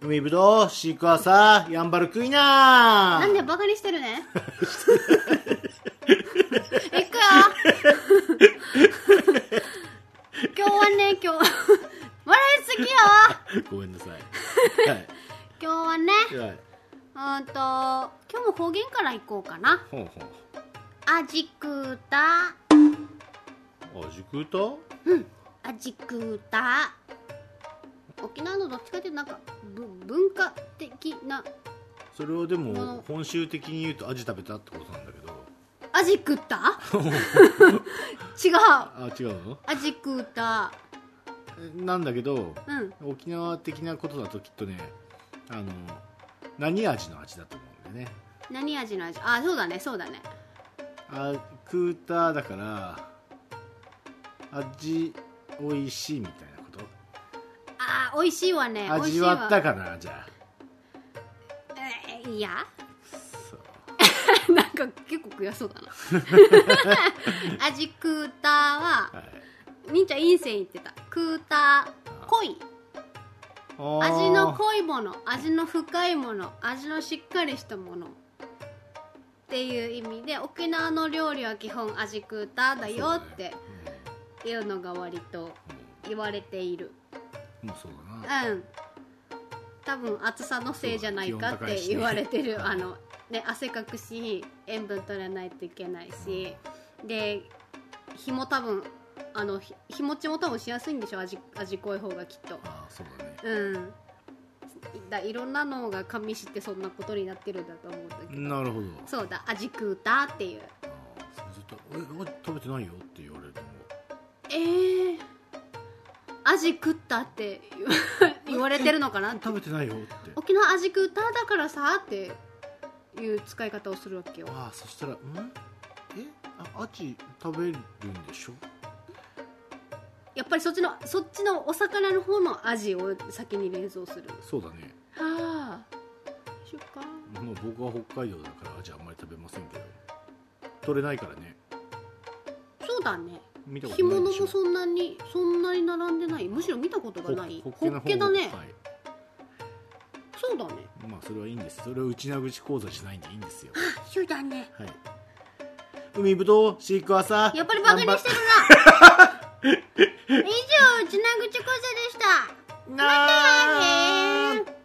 海ぶどう、シークワーサー、ヤンバルクイナなー。んでバカにしてるねいくよ今日はね今日笑いすぎよ ごめんなさい。はい。今日はねはい。うーんと今日も方言からいこうかなほんほん。あじくたあ、熟とあじくた沖縄のどっちかっていうとなんかぶ文化的なそれをでうんも、本州的に言うとアジ食べたってことなんだけど。あじく た違うあ、違うのあじくたえなんだけど、うん沖縄的なことだときっとね、あの、何味の味だと思うんだよね。何味の味あそうだねそうだねあ、クーターだから、味おいしいみたいなこと。あー美味しいわね美味し味いわったかな、じゃあ。えーいや そうなんか結構悔しそうだな 味クーターははい。みんちゃん陰性言ってたクーター濃い味の濃いもの味の深いもの味のしっかりしたものっていう意味で沖縄の料理は基本味クーターだよっていうのが割と言われているうん、もうそうだなうん多分暑さのせいじゃないかっそうだ気温高いてしね言われてる、はいあのね汗かくし塩分取らないといけないしで日も多分あのひ日持ちも多分しやすいんでしょ味味濃い方がきっとああそうだねうんだいろんなのが加味してそんなことになってるんだと思うんだけどなるほどうそうだ味食うたっていうああそうずっと「えお食べてないよ」って言われると思ええー、味食ったって言わ 言われてるのかなう食べてないよって沖縄味食うただからさっていう使い方をするわけよああそしたら「んえあアジ食べるんでしょ?やっぱりそっちのそっちのお魚の方の味を先に連想する」そうだねはあしよっかもう僕は北海道だからアジあんまり食べませんけど取れないからねそうだね見たこ干とない物でしょもそんなにそんなに並んでないむしろ見たことがないほっホけなッ方ケだね、はいそうだねまあそれはいいんですそれは内な口講座じゃないんでいいんですよそうだねはい海ぶどう飼育はさやっぱりバカにしてるな以 上うちなぐちこせでしたなーね